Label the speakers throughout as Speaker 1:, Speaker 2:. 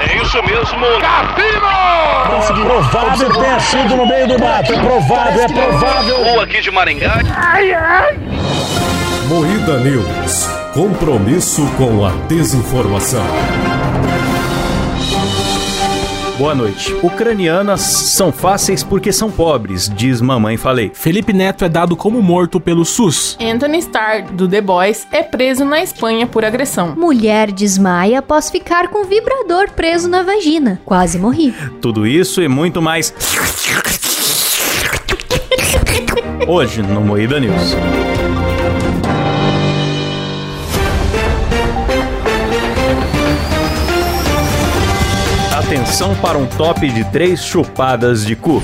Speaker 1: É isso mesmo, Capino!
Speaker 2: Conseguiu. Provável ter sido no meio do mato. É provável, é provável.
Speaker 1: Ou aqui de Maringá.
Speaker 3: Moída News. Compromisso com a desinformação.
Speaker 4: Boa noite. Ucranianas são fáceis porque são pobres, diz mamãe falei.
Speaker 5: Felipe Neto é dado como morto pelo SUS.
Speaker 6: Anthony Starr, do The Boys, é preso na Espanha por agressão.
Speaker 7: Mulher desmaia após ficar com um vibrador preso na vagina. Quase morri.
Speaker 4: Tudo isso e muito mais. Hoje no Moída News. Atenção para um top de três chupadas de cu.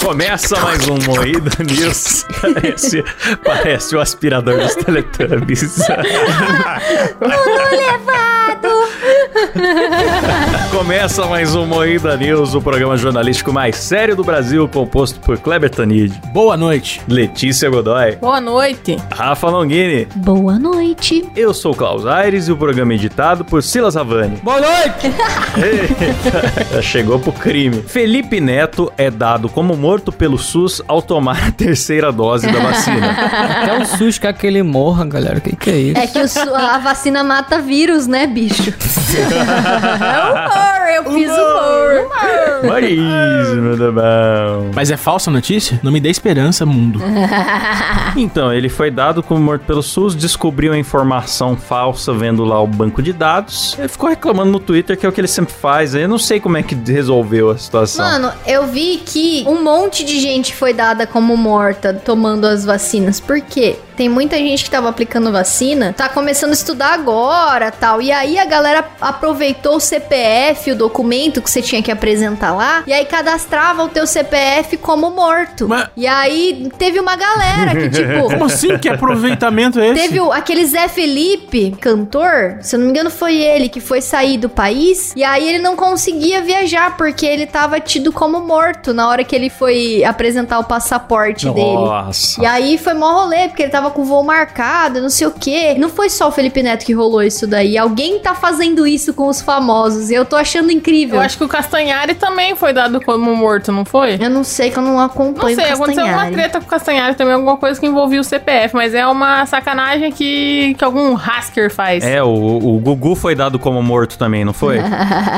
Speaker 4: Começa mais um Moída News. Parece, parece o aspirador dos Teletubbies.
Speaker 7: Tudo levado.
Speaker 4: Começa mais um Moída News, o programa jornalístico mais sério do Brasil, composto por Kleber Tanid,
Speaker 5: Boa noite.
Speaker 4: Letícia Godoy,
Speaker 6: Boa noite.
Speaker 4: Rafa Longini.
Speaker 7: Boa noite.
Speaker 4: Eu sou o Klaus Aires e o programa é editado por Silas Havani.
Speaker 5: Boa noite!
Speaker 4: Eita, Chegou pro crime. Felipe Neto é dado como morto pelo SUS ao tomar a terceira dose da vacina.
Speaker 8: Até o SUS quer É um que ele morra, galera. Que que é isso?
Speaker 7: É que o su- a vacina mata vírus, né, bicho? humor, eu fiz um humor.
Speaker 4: Mas, muito tá bom.
Speaker 5: Mas é falsa notícia? Não me dê esperança, mundo.
Speaker 4: Então, ele foi dado como morto pelo SUS, descobriu a informação falsa vendo lá o banco de dados. Ele ficou reclamando no Twitter, que é o que ele sempre faz. Eu não sei como é que resolveu a situação.
Speaker 7: Mano, eu vi que um monte de gente foi dada como morta tomando as vacinas. Por quê? Tem muita gente que tava aplicando vacina, tá começando a estudar agora tal. E aí a galera aproveitou o CPF, o documento que você tinha que apresentar lá, e aí cadastrava o teu CPF como morto.
Speaker 5: Mas-
Speaker 7: E aí teve uma galera que, tipo.
Speaker 5: Como assim? Que aproveitamento é esse?
Speaker 7: Teve o- aquele Zé Felipe, cantor, se eu não me engano foi ele que foi sair do país e aí ele não conseguia viajar porque ele tava tido como morto na hora que ele foi apresentar o passaporte dele.
Speaker 4: Nossa.
Speaker 7: E aí foi mó rolê, porque ele tava com o voo marcado, não sei o quê. Não foi só o Felipe Neto que rolou isso daí. Alguém tá fazendo isso com os famosos. E eu tô achando incrível.
Speaker 6: Eu acho que o Castanhari também foi dado como morto, não foi?
Speaker 7: Eu não sei que eu não
Speaker 6: Não
Speaker 7: acompanho
Speaker 6: sei,
Speaker 7: o
Speaker 6: aconteceu alguma
Speaker 7: Castanhari.
Speaker 6: treta com o Castanhari também, alguma coisa que envolvia o CPF, mas é uma sacanagem que, que algum hacker faz.
Speaker 4: É, o, o Gugu foi dado como morto também, não foi?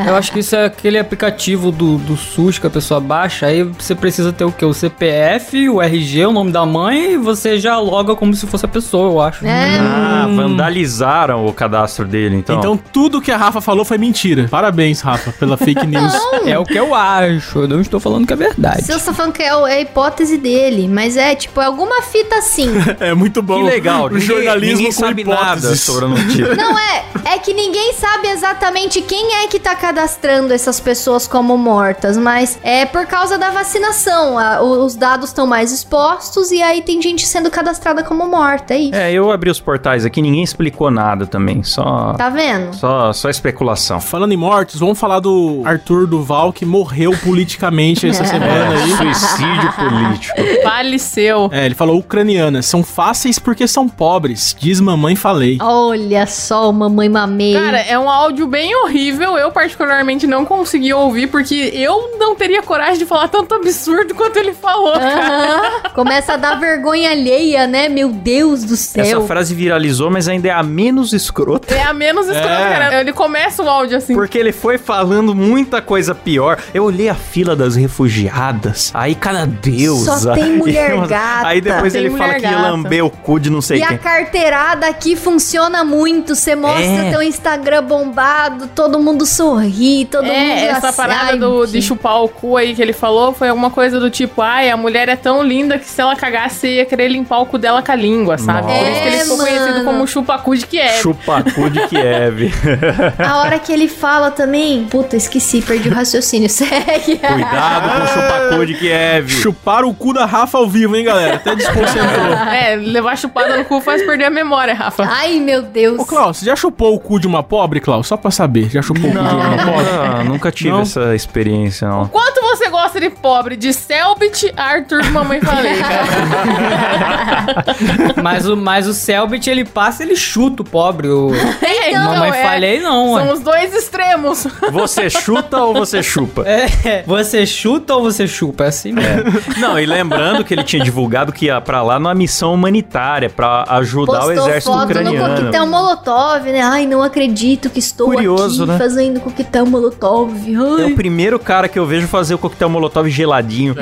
Speaker 8: Eu acho que isso é aquele aplicativo do, do SUS que a pessoa baixa. Aí você precisa ter o quê? O CPF, o RG, o nome da mãe e você já loga como se fosse a pessoa, eu acho.
Speaker 7: É,
Speaker 4: Ah, vandalizaram o cadastro dele, então.
Speaker 5: Hum. Então tudo que a Rafa falou foi mentira. Parabéns, Rafa, pela fake news.
Speaker 8: É o que eu acho. Eu não estou falando que é verdade.
Speaker 7: se eu estou falando que é o- é a hipótese dele, mas é tipo, é alguma fita assim.
Speaker 5: É muito bom.
Speaker 4: que legal.
Speaker 5: O jornalismo
Speaker 4: ninguém
Speaker 5: com
Speaker 4: sabe
Speaker 5: hipóteses.
Speaker 4: nada sobre a notícia.
Speaker 7: Não é, é que ninguém sabe exatamente quem é que tá cadastrando essas pessoas como mortas, mas é por causa da vacinação. a- o- os dados estão mais expostos e aí tem gente sendo cadastrada como morta, é isso.
Speaker 4: É, eu abri os portais aqui, ninguém explicou nada também, só
Speaker 7: Tá vendo?
Speaker 4: só, só especulação.
Speaker 5: Falando em mortos, vamos falar do Arthur Duval, que morreu politicamente essa semana aí.
Speaker 4: É, Suicídio político.
Speaker 6: Faleceu.
Speaker 5: É, ele falou ucranianas, são fáceis porque são pobres, diz mamãe falei.
Speaker 7: Olha só, o mamãe mamei.
Speaker 6: Cara, é um áudio bem horrível. Eu, particularmente, não consegui ouvir, porque eu não teria coragem de falar tanto absurdo quanto ele falou, cara.
Speaker 7: Aham. Começa a dar vergonha alheia, né? Meu Deus do
Speaker 4: Essa
Speaker 7: céu.
Speaker 4: frase viralizou, mas ainda é a menos escrota.
Speaker 6: É a menos escrota,
Speaker 5: É.
Speaker 6: cara. Ele começa o áudio assim.
Speaker 4: Porque ele foi falando muita coisa pior. Eu olhei a fila das refugiadas. Aí cada deusa.
Speaker 7: Só tem mulher
Speaker 4: e umas-
Speaker 7: gata.
Speaker 4: Aí depois
Speaker 6: Tem
Speaker 4: ele fala
Speaker 6: mulher
Speaker 4: que
Speaker 6: gata.
Speaker 4: lambeu o cu de não sei
Speaker 7: E a
Speaker 4: quem.
Speaker 7: carteirada aqui funciona muito. Você mostra
Speaker 4: É.
Speaker 7: teu Instagram bombado, todo mundo sorri, todo mundo.
Speaker 6: É, essa
Speaker 7: ace-
Speaker 6: parada
Speaker 7: Ai,
Speaker 6: do,
Speaker 7: gente.
Speaker 6: de chupar o cu aí que ele falou foi alguma coisa do tipo, ai, a mulher é tão linda que se ela cagasse, ia querer limpar o cu dela com a língua, sabe?
Speaker 4: Nossa.
Speaker 6: Por isso que ele
Speaker 7: É,
Speaker 6: ficou
Speaker 7: mano.
Speaker 6: conhecido como chupa-cu de Kiev.
Speaker 4: Chupacu de Kiev.
Speaker 7: A hora que ele fala também. Puta, esqueci, perdi o raciocínio. Segue.
Speaker 4: Cuidado com o é, chupacu de Kiev.
Speaker 5: Chupar o cu da Rafa ao vivo, hein, galera? Até desconcentrou.
Speaker 6: é, levar chupada no cu faz perder a memória, Rafa.
Speaker 7: Ai, meu Deus.
Speaker 5: Ô, Klaus, você já chupou o cu de uma pobre, Klaus? Só pra saber, já chupou o cu de uma pobre?
Speaker 4: Não, Ah. nunca tive
Speaker 5: Não?
Speaker 4: essa experiência, não.
Speaker 6: Quanto você gosta de pobre? De Selbit, Arthur, mamãe falei.
Speaker 8: aí, cara. mas, o, mas o Selbit, ele passa ele chuta o pobre. O...
Speaker 6: Então,
Speaker 8: Mamãe
Speaker 6: é,
Speaker 8: falhei não,
Speaker 6: São
Speaker 8: ué.
Speaker 6: os dois extremos.
Speaker 4: Você chuta ou você chupa?
Speaker 8: É, você chuta ou você chupa? É assim mesmo.
Speaker 4: Não, e lembrando que ele tinha divulgado que ia pra lá numa missão humanitária pra ajudar o
Speaker 7: Postou
Speaker 4: exército
Speaker 7: foto no
Speaker 4: ucraniano.
Speaker 7: coquetel molotov, né? Ai, não acredito que estou
Speaker 4: Curioso,
Speaker 7: aqui
Speaker 4: né?
Speaker 7: fazendo coquetel molotov.
Speaker 4: É o
Speaker 7: Ai.
Speaker 4: primeiro cara que eu vejo fazer o coquetel molotov geladinho.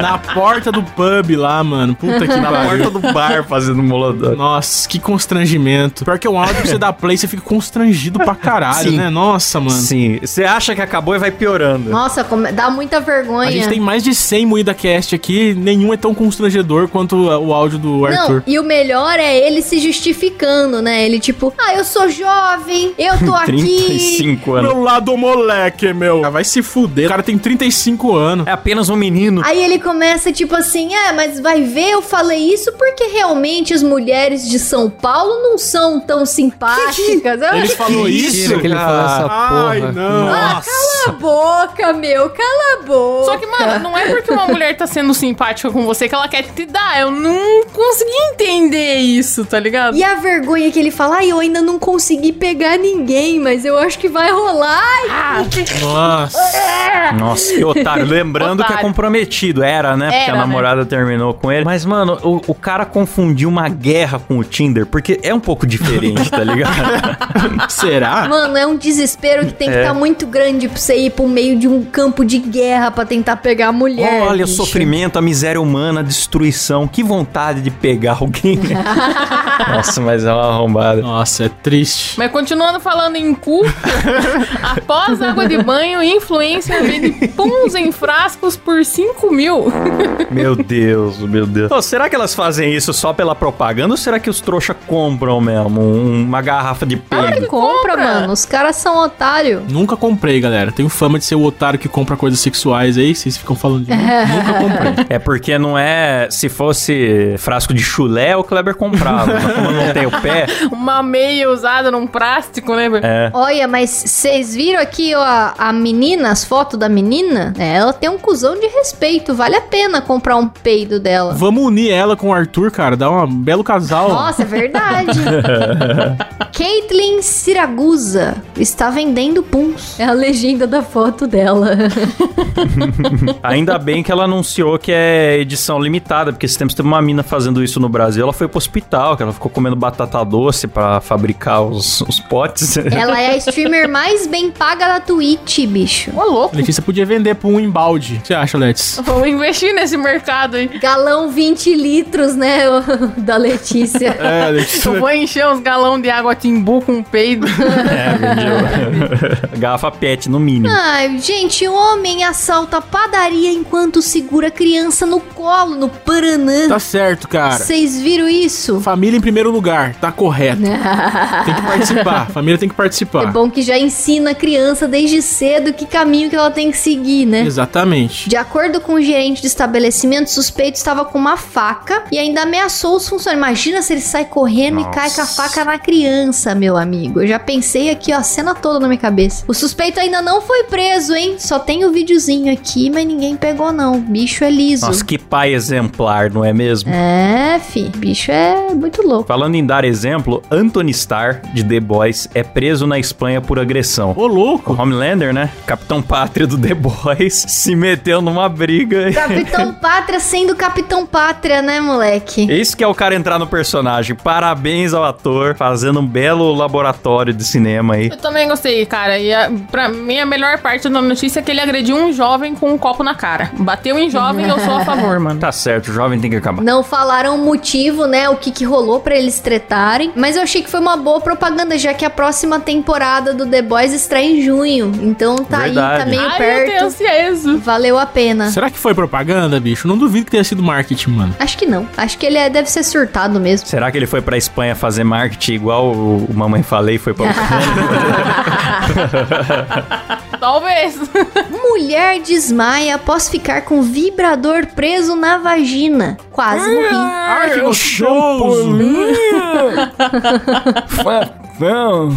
Speaker 5: Na porta do pub lá, mano. Puta que
Speaker 4: Na porta
Speaker 5: pariu.
Speaker 4: do bar fazendo molotov.
Speaker 5: Nossa, que constrangimento. Pior que é um áudio que você dá play, você fica constrangido pra caralho,
Speaker 4: Sim.
Speaker 5: né? Nossa, mano.
Speaker 4: Sim, você acha que acabou e vai piorando.
Speaker 7: Nossa, como- dá muita vergonha.
Speaker 5: A gente tem mais de 100 moída cast aqui, nenhum é tão constrangedor quanto o áudio do Arthur.
Speaker 7: Não, e o melhor é ele se justificando, né? Ele tipo, ah, eu sou jovem, eu tô aqui.
Speaker 4: 35 anos.
Speaker 5: lado moleque, meu. Ah, vai se fuder. O cara tem 35 anos.
Speaker 4: É apenas um menino.
Speaker 7: Aí ele começa tipo assim, é, mas vai ver, eu falei isso porque realmente as mulheres de São Paulo não são tão simpáticas.
Speaker 5: Ele falou isso?
Speaker 8: Mentira que ele falou essa porra.
Speaker 5: Ai, não.
Speaker 4: Nossa.
Speaker 7: Ah, Cala a boca, meu, cala a boca.
Speaker 6: Só que, mano, não é porque uma mulher tá sendo simpática com você que ela quer te dar. Eu não consegui entender isso, tá ligado?
Speaker 7: E a vergonha que ele fala, ai, eu ainda não consegui pegar ninguém, mas eu acho que vai rolar. Ai,
Speaker 5: Nossa.
Speaker 4: Nossa, que otário. Lembrando
Speaker 6: Otário.
Speaker 4: que é comprometido. Era, né? Porque
Speaker 6: Era,
Speaker 4: a
Speaker 6: né?
Speaker 4: namorada terminou com ele. Mas, mano, o, o cara confundiu uma guerra com o Tinder, porque é um pouco diferente, tá ligado?
Speaker 5: Será?
Speaker 7: Mano, é um desespero que tem que
Speaker 4: É.
Speaker 7: estar muito grande pra você ir pro meio de um campo de guerra pra tentar pegar a mulher.
Speaker 4: Olha o
Speaker 7: bicho.
Speaker 4: sofrimento, a miséria humana, a destruição. Que vontade de pegar alguém, né? Nossa, mas é uma arrombada.
Speaker 5: Nossa, é triste.
Speaker 6: Mas continuando falando em cu, após água de banho, influencer vende puns em frascos por 5 mil.
Speaker 4: Meu Deus, meu Deus. Ô, será que elas fazem isso só pela propaganda ou será que os trouxa compram mesmo um- uma garrafa de peido?
Speaker 7: Compra,
Speaker 6: Compra.
Speaker 7: mano. Os caras são otário.
Speaker 5: Nunca comprei, galera. Tenho fama de ser o otário que compra coisas sexuais aí, vocês ficam falando de mim. Nunca comprei.
Speaker 4: É porque não é. Se fosse frasco de chulé, o Kleber comprava. Mas como não tem o pé,
Speaker 6: Uma meia usada num plástico, né?
Speaker 4: é.
Speaker 7: Olha, mas vocês viram aqui ó, a, a menina, as fotos da menina? É, ela tem um cuzão de respeito. Vale a pena comprar um peido dela.
Speaker 5: Vamos unir ela com o Arthur, cara. Dá um belo casal.
Speaker 7: Nossa, é verdade. Caitlyn Siragusa está vendendo puns. É a legenda da foto dela.
Speaker 4: Ainda bem que ela anunciou que é edição limitada, porque esse tempo teve uma mina fazendo isso no Brasil. Ela foi pro hospital, que ela ficou comendo batata doce pra fabricar os, os potes.
Speaker 7: Ela é a streamer mais bem paga da Twitch, bicho.
Speaker 6: Ô, louco.
Speaker 5: Letícia podia vender por um embalde. O que você acha, Let's?
Speaker 6: Vamos investir nesse mercado aí.
Speaker 7: Galão 20 litros, né? Da Letícia.
Speaker 5: É,
Speaker 6: Eu
Speaker 5: Letícia.
Speaker 6: vou encher uns galão de água timbu com peido.
Speaker 4: É, vendeu. Garrafa pet, no mínimo.
Speaker 7: Ai, gente, um homem assalta a padaria enquanto segura criança no colo no Paranã.
Speaker 5: Tá certo, cara.
Speaker 7: Vocês viram isso?
Speaker 5: Família em primeiro lugar, tá correto. Tem que participar. Família tem que
Speaker 7: É
Speaker 5: participar.
Speaker 7: bom que já ensina a criança desde cedo que caminho que ela tem que seguir, né?
Speaker 5: Exatamente.
Speaker 7: De acordo com o gerente do estabelecimento, o suspeito estava com uma faca e ainda ameaçou os funcionários. Imagina se ele sai correndo e cai com a faca na criança, meu amigo. Eu já pensei aqui, ó, a cena toda na minha cabeça. O suspeito ainda não foi preso, hein? Só tem o videozinho aqui, mas ninguém pegou, não. O bicho é liso.
Speaker 4: Nossa, que pai exemplar, não é mesmo?
Speaker 7: É, fi, bicho é muito louco.
Speaker 4: Falando em dar exemplo, Anthony Starr, de The Boys, é preso na Espanha por agressão.
Speaker 5: Ô, louco.
Speaker 4: O Homelander, né? Capitão Pátria do The Boys, se meteu numa briga.
Speaker 7: Capitão Pátria sendo Capitão Pátria, né, moleque?
Speaker 4: Isso que é o cara entrar no personagem. Parabéns ao ator, fazendo um belo laboratório de cinema aí.
Speaker 6: Eu também gostei, cara. E a, pra mim, a melhor parte da notícia é que ele agrediu um jovem com um copo na cara. Bateu em jovem, eu sou a favor, mano.
Speaker 4: Tá certo, o jovem tem que acabar.
Speaker 7: Não falaram o motivo, né? O que, que rolou pra eles tretarem. Mas eu achei que foi uma boa propaganda, já que a próxima temporada do The Boys estreia em junho. Então tá aí,
Speaker 4: Verdade.
Speaker 7: tá meio
Speaker 6: Ai, meu
Speaker 7: perto.
Speaker 6: Deus, e é isso?
Speaker 7: Valeu a pena.
Speaker 5: Será que foi propaganda, bicho? Não duvido que tenha sido marketing, mano.
Speaker 7: Acho que não. Acho que ele é- deve ser surtado mesmo.
Speaker 4: Será que ele foi pra Espanha fazer marketing igual o, o Mamãe Falei foi pra
Speaker 6: Talvez.
Speaker 7: Mulher desmaia após ficar com vibrador preso na vagina.
Speaker 6: Ah,
Speaker 7: Quase morri.
Speaker 5: Ai, que gostoso. Não.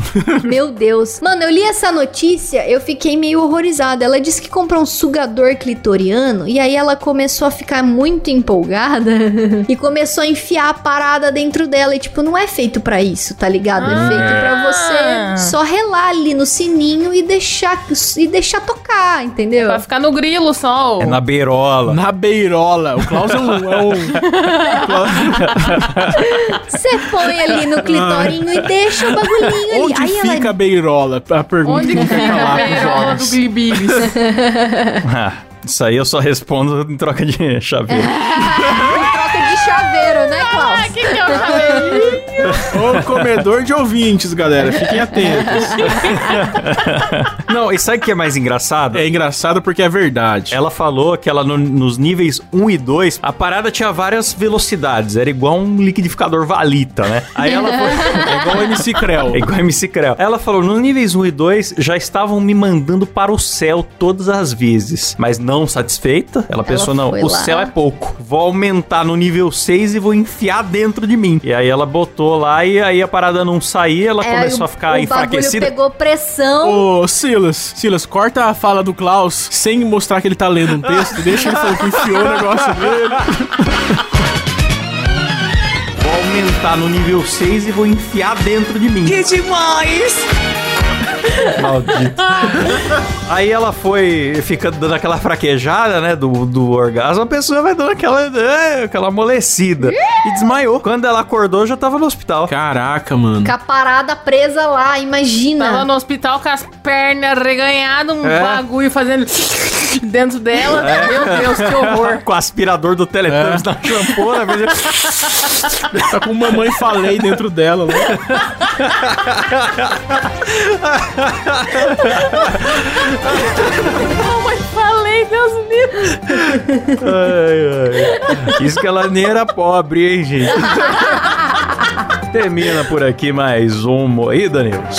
Speaker 7: Meu Deus. Mano, eu li essa notícia, eu fiquei meio horrorizada. Ela disse que comprou um sugador clitoriano e aí ela começou a ficar muito empolgada e começou a enfiar a parada dentro dela. E tipo, não é feito pra isso, tá ligado? É feito pra você só relar ali no sininho e deixar, e deixar tocar, entendeu?
Speaker 6: Vai É ficar no grilo só.
Speaker 4: É na beirola.
Speaker 5: Na beirola. O Klaus é um. É um...
Speaker 7: Você põe ali no clitorinho e deixa o bagulhinho
Speaker 5: Onde
Speaker 7: ali. Aí
Speaker 5: fica a
Speaker 7: ela.
Speaker 5: beirola? A pergunta
Speaker 6: Onde
Speaker 5: que
Speaker 6: que
Speaker 5: não
Speaker 4: tá
Speaker 5: quer
Speaker 6: fica a
Speaker 5: calar.
Speaker 6: beirola do glibibis?
Speaker 4: Ah, isso aí eu só respondo em troca de chaveiro.
Speaker 7: Troca de chaveiro, né, Klaus?
Speaker 6: ah, que que é o chaveiro?
Speaker 5: Ô comedor de ouvintes, galera. Fiquem atentos.
Speaker 4: Não, e sabe o que é mais engraçado?
Speaker 5: É engraçado porque é verdade.
Speaker 4: Ela falou que ela no- nos níveis 1 e 2, a parada tinha várias velocidades, era igual um liquidificador valita, né? Aí ela foi,
Speaker 5: É igual o MC Creu.
Speaker 4: é igual MC Creu. Ela falou, nos níveis 1 e 2 já estavam me mandando para o céu todas as vezes, mas não satisfeita. Ela pensou, não,
Speaker 7: foi
Speaker 4: o
Speaker 7: lá.
Speaker 4: céu é pouco. Vou aumentar no nível 6 e vou enfiar dentro de mim. E aí ela botou lá e aí a parada não saía, ela
Speaker 7: É,
Speaker 4: começou
Speaker 7: o-
Speaker 4: a ficar
Speaker 7: O bagulho
Speaker 4: enfraquecida.
Speaker 7: pegou pressão.
Speaker 5: Ô, Silas, Silas, corta a fala do Klaus sem mostrar que ele tá lendo um texto. Deixa ele falar que enfiou o negócio dele.
Speaker 4: Vou aumentar no nível 6 e vou enfiar dentro de mim. Que demais! Maldito. Aí ela foi ficando dando aquela fraquejada, né? Do, do orgasmo, a pessoa vai dando aquela, é, aquela amolecida. E desmaiou. Quando ela acordou, já tava no hospital.
Speaker 5: Caraca, mano.
Speaker 7: Com a parada presa lá, imagina.
Speaker 6: Tava no hospital com as pernas reganhadas, um
Speaker 4: É.
Speaker 6: bagulho fazendo dentro dela. Meu Deus, que horror.
Speaker 4: Com o aspirador do Teletubbies na champona. fazendo-
Speaker 5: Tá com mamãe falei dentro dela. Né?
Speaker 6: Mamãe, falei, Deus me livre.
Speaker 4: Ai, ai. Isso que ela nem era pobre, hein, gente? Termina por aqui mais um Moída News.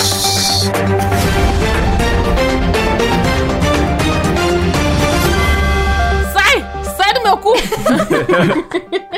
Speaker 6: Sai! Sai do meu cu!